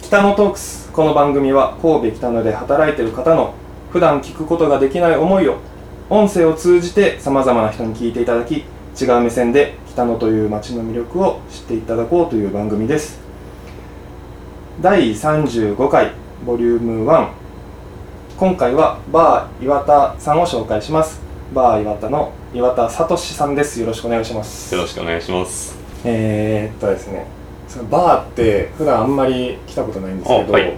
北野トークスこの番組は神戸北野で働いている方の普段聞くことができない思いを音声を通じてさまざまな人に聞いていただき違う目線で北野という街の魅力を知っていただこうという番組です第35回ボリューム1今回はバー岩田さんを紹介しますバー岩田の岩田聡さんですよろしくお願いしますよろしくお願いします。えー、っとですねそのバーって普段あんまり来たことないんですけど、あはい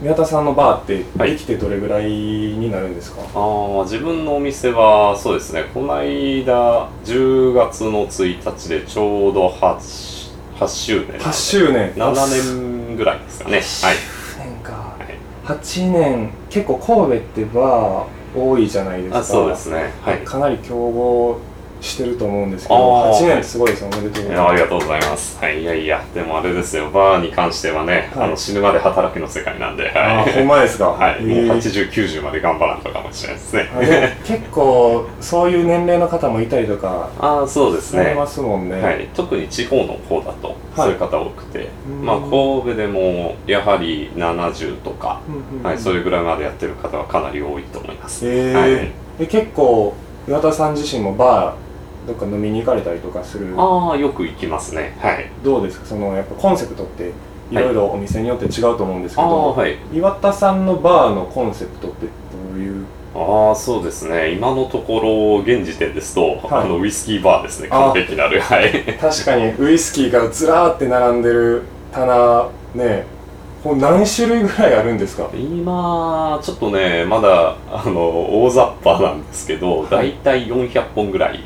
宮田さんのバーってはいできてどれぐらいになるんですか、ああ、自分のお店は、そうですね、この間、10月の1日でちょうど 8, 8周年。 8周年7 8年ぐらいですかね。はい。年かはい8年結構神戸ってバー多いじゃないですかあそうですね。はい。かなり競合してると思うんですけどあー8年ってすごいですおめでとういございやあまりすがとうございます。はい、いやいや、でもあれですよ、バーに関してはね、はいあの死ぬまで働くの世界なんで、あはーほんい。まですかはい、もうえー80、90まで頑張らんとかもしれないですね。あでも結構そういう年齢の方もいたりとかああ、そうですされね。ますもんねはい、特に地方の方だとはいそういう方多くて、うんまあ、神戸でもやはり70とか、うんうんはい、それぐらいまでやってる方はかなり多いと思います、えーはい、で結構岩田さん自身もバーどっか飲みに行かれたりとかするああよく行きますねはいどうですかそのやっぱコンセプトっていろいろお店によって違うと思うんですけああど、はい岩田さんのバーのコンセプトってどういうああそうですね今のところ現時点ですと、はいあのウイスキーバーですねあー完璧なるはい確かにウイスキーがずらーって並んでる棚ねこう何種類ぐらいあるんですか今ちょっとねまだあの大雑把なんですけどはい大体400本ぐらい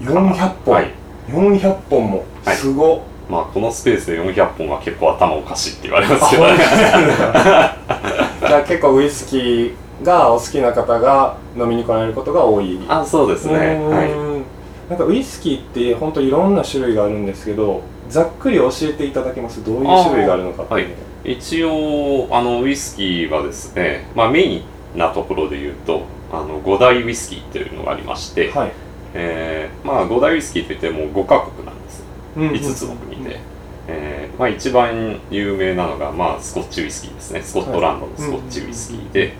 400本、はい400本もはいすごっ、まあこのスペースで400本は結構頭おかしいって言われますけあど本当ですか じゃあ結構ウイスキーがお好きな方が飲みに来られることが多いあそうですねうはいーんなんかウイスキーって本当いろんな種類があるんですけどざっくり教えていただけますどういう種類があるのかっていうの一応あのウイスキーはですね、まあ、メインなところで言うとあの5大ウイスキーっていうのがありまして、はい、えーまあ、5大ウイスキーといっても5カ国なんですうん5つの国で、えーまあ、一番有名なのが、まあ、スコッチウイスキーですねスコットランドのスコッチウイスキーで,、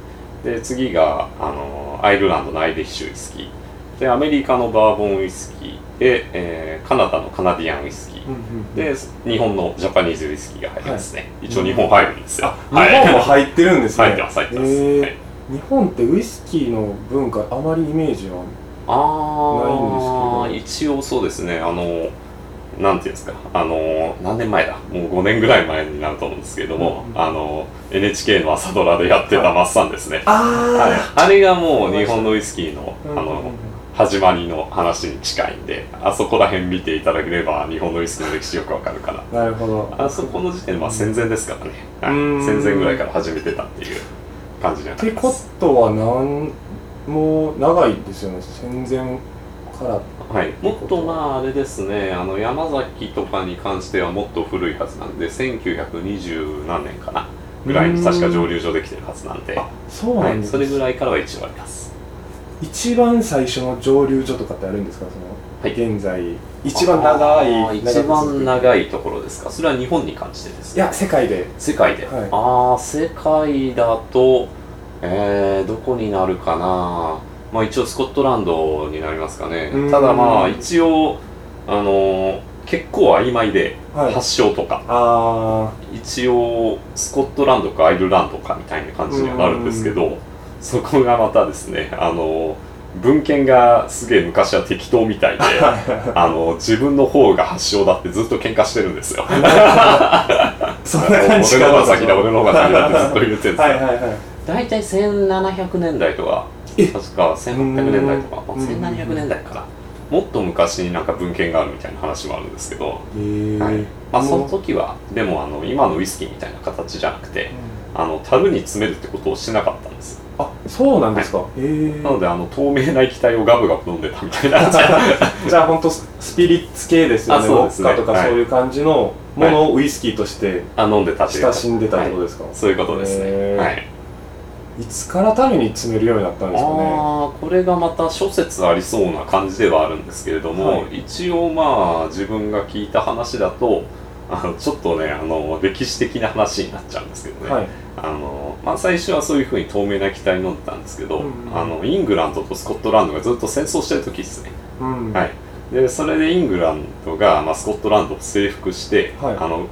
で次があのアイルランドのアイリッシュウイスキーでアメリカのバーボンウイスキーで、えーカナダのカナディアンウイスキー、うんうんで日本のジャパニーズウイスキーが入りますね、一応日本入るんですよ、日本も入ってるんですね 入ってます入ってます、へーはい日本ってウイスキーの文化あまりイメージはあなあいん一応そうですねあのなんていうんですかあの何年前だもう5年ぐらい前になると思うんですけれども、うんあの NHK の朝ドラでやってたマッサンですね、はいああれがもう日本のウイスキーの,、あのの始まりの話に近いんであそこら辺見ていただければ日本のウイスキーの歴史よくわかるからなるほどあそこの時点でまあ戦前ですからね、はうい、ん戦前ぐらいから始めてたっていう感じにはっなてりまこすとはなんもう長いですよね戦前からはい、もっとまああれですねあの山崎とかに関してはもっと古いはずなんで1920何年かなぐらいに確か蒸留所できてるはずなんで、あそうはなんい、です、それぐらいからは一応あります一番最初の蒸留所とかってあるんですかその、はい現在一番長いあー一続番く長いところですかそれは日本に関してですいや世界で世界で、はいああ世界だとえー、どこになるかなまあ一応スコットランドになりますかねうんただまあ一応あのー結構曖昧ではい発祥とか、あ一応スコットランドかアイルランドかみたいな感じにはなるんですけどそこがまたですねあの文献がすげえ昔は適当み たいであの自分の方が発祥だってずっと喧嘩してるんで すよあそんな俺感じの方が先だ俺の方が先だってずっと言ってるんですよはいはいはい大体1700年代とかえ確か1800年代とか、まあ、うんうんうん1700年代かなもっと昔になんか文献があるみたいな話もあるんですけど、えーはいまあ、そのもう時はでもあの今のウイスキーみたいな形じゃなくてあの樽に詰めるってことをしてなかったんですあそうなんですか、えなのー、であの透明な液体をガブガブ飲んでたみたいな じゃあ本当ススピリッツ系ですよねあウそうォでッすカねとかそういう感じのものをウイスキーとしてあ飲んでたという親かしんでたってことですか、そういうことですへねーはいい、つから樽に詰めるようになったんですかねああこれがまた諸説ありそうな感じではあるんですけれども、一応まあ自分が聞いた話だとあのちょっとねあの歴史的な話になっちゃうんですけどね、はいあのまあ、最初はそういうふうに透明な機体に乗ってたんですけど、うんあのイングランドとスコットランドがずっと戦争してる時ですね、うんはい、でそれでイングランドが、まあ、スコットランドを征服して、はいあの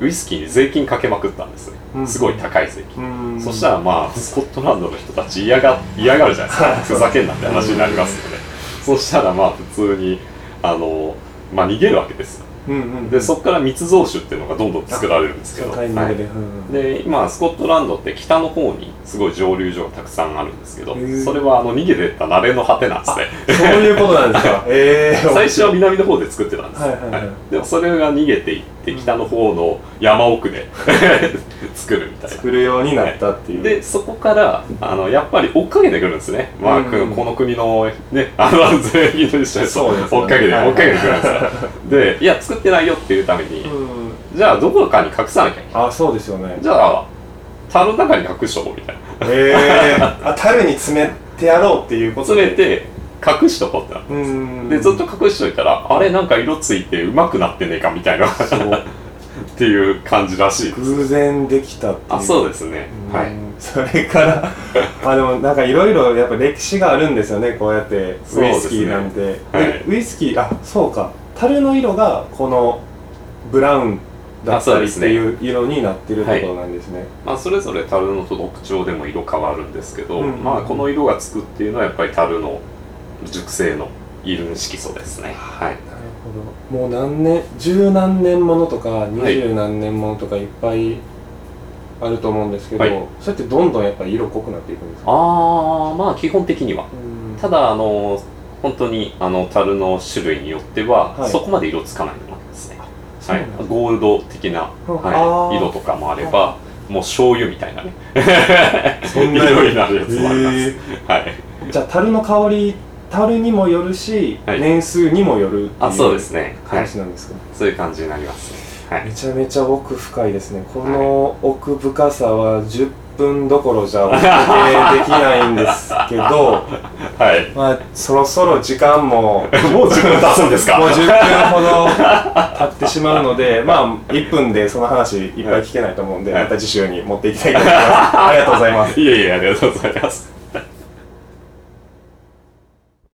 ウイスキーに税金かけまくったんですね、うんすごい高い税金、うんそしたらまあスコットランドの人たち嫌が嫌がるじゃないですかふざけんなって話になりますよね、そしたらまあ普通にあの、まあ、逃げるわけですようんうんでそこから密造酒っていうのがどんどん作られるんですけそどのタイミングで、はうんいで今スコットランドって北の方にすごい蒸留所がたくさんあるんですけどへーそれはあの逃げてった慣れの果てなんですねそういうことなんですか ええ最初は南の方で作ってたんですよ、はいはいはいでもそれが逃げていって北の方の山奥で 作るみたいな作るようになったっていう、でそこからあのやっぱり追っかけてくるんですね、まあうんうんこの国のねあの全員と一緒にそうですね追っかけて、はい追っかけてくるんですよでいや作ってないよっていうために、うんじゃあどこかに隠さなきゃいけないあそうですよねじゃあ樽の中に隠しとこうみたいなええあ樽に詰めてやろうっていうことで詰めて隠しとこうってなるうんでずっと隠しといたらあれなんか色ついてうまくなってねえかみたいなっ そうていう感じらしいです偶然できたっていうあそうですねうんはいそれから あでもなんかいろいろやっぱ歴史があるんですよねこうやってそうウイですねスキーなんてで、はいウイスキーあそうか樽の色がこのブラウンだあったそうりでっすてねいう色になってるってことなんですねまあそれぞれ樽の特徴でも色変わるんですけど、うんまあこの色がつくっていうのはやっぱり樽の熟成のイルン色素ですねはいなるほどもう何年十何年ものとか二い十何年ものとかいっぱいあると思うんですけど、はいそれってどんどんやっぱり色濃くなっていくんですかああまあ基本的にはうんただあの本当にあの樽の種類によっては、はいそこまで色つかないものなんですねそうはなんいだ、ゴールド的な、うんあはーい、色とかもあれば、もう醤油みたいなね、 そんな色になるやつもあります。へはい、じゃあ樽の香り樽にもよるし、はい年数にもよるっていうあ、そうですね。はい、話なんですか、そういう感じになりますね。はめい。ちゃめちゃ奥深いですねこの奥深さは10分どころじゃお届けできないんですけどはい。 まあそろそろ時間も もう自分出すんですかもう10分ほど経ってしまうので まあ1分でその話いっぱい聞けないと思うんではい また次週に持っていきたいと思いますありがとうございますいえいえ、ありがとうございます。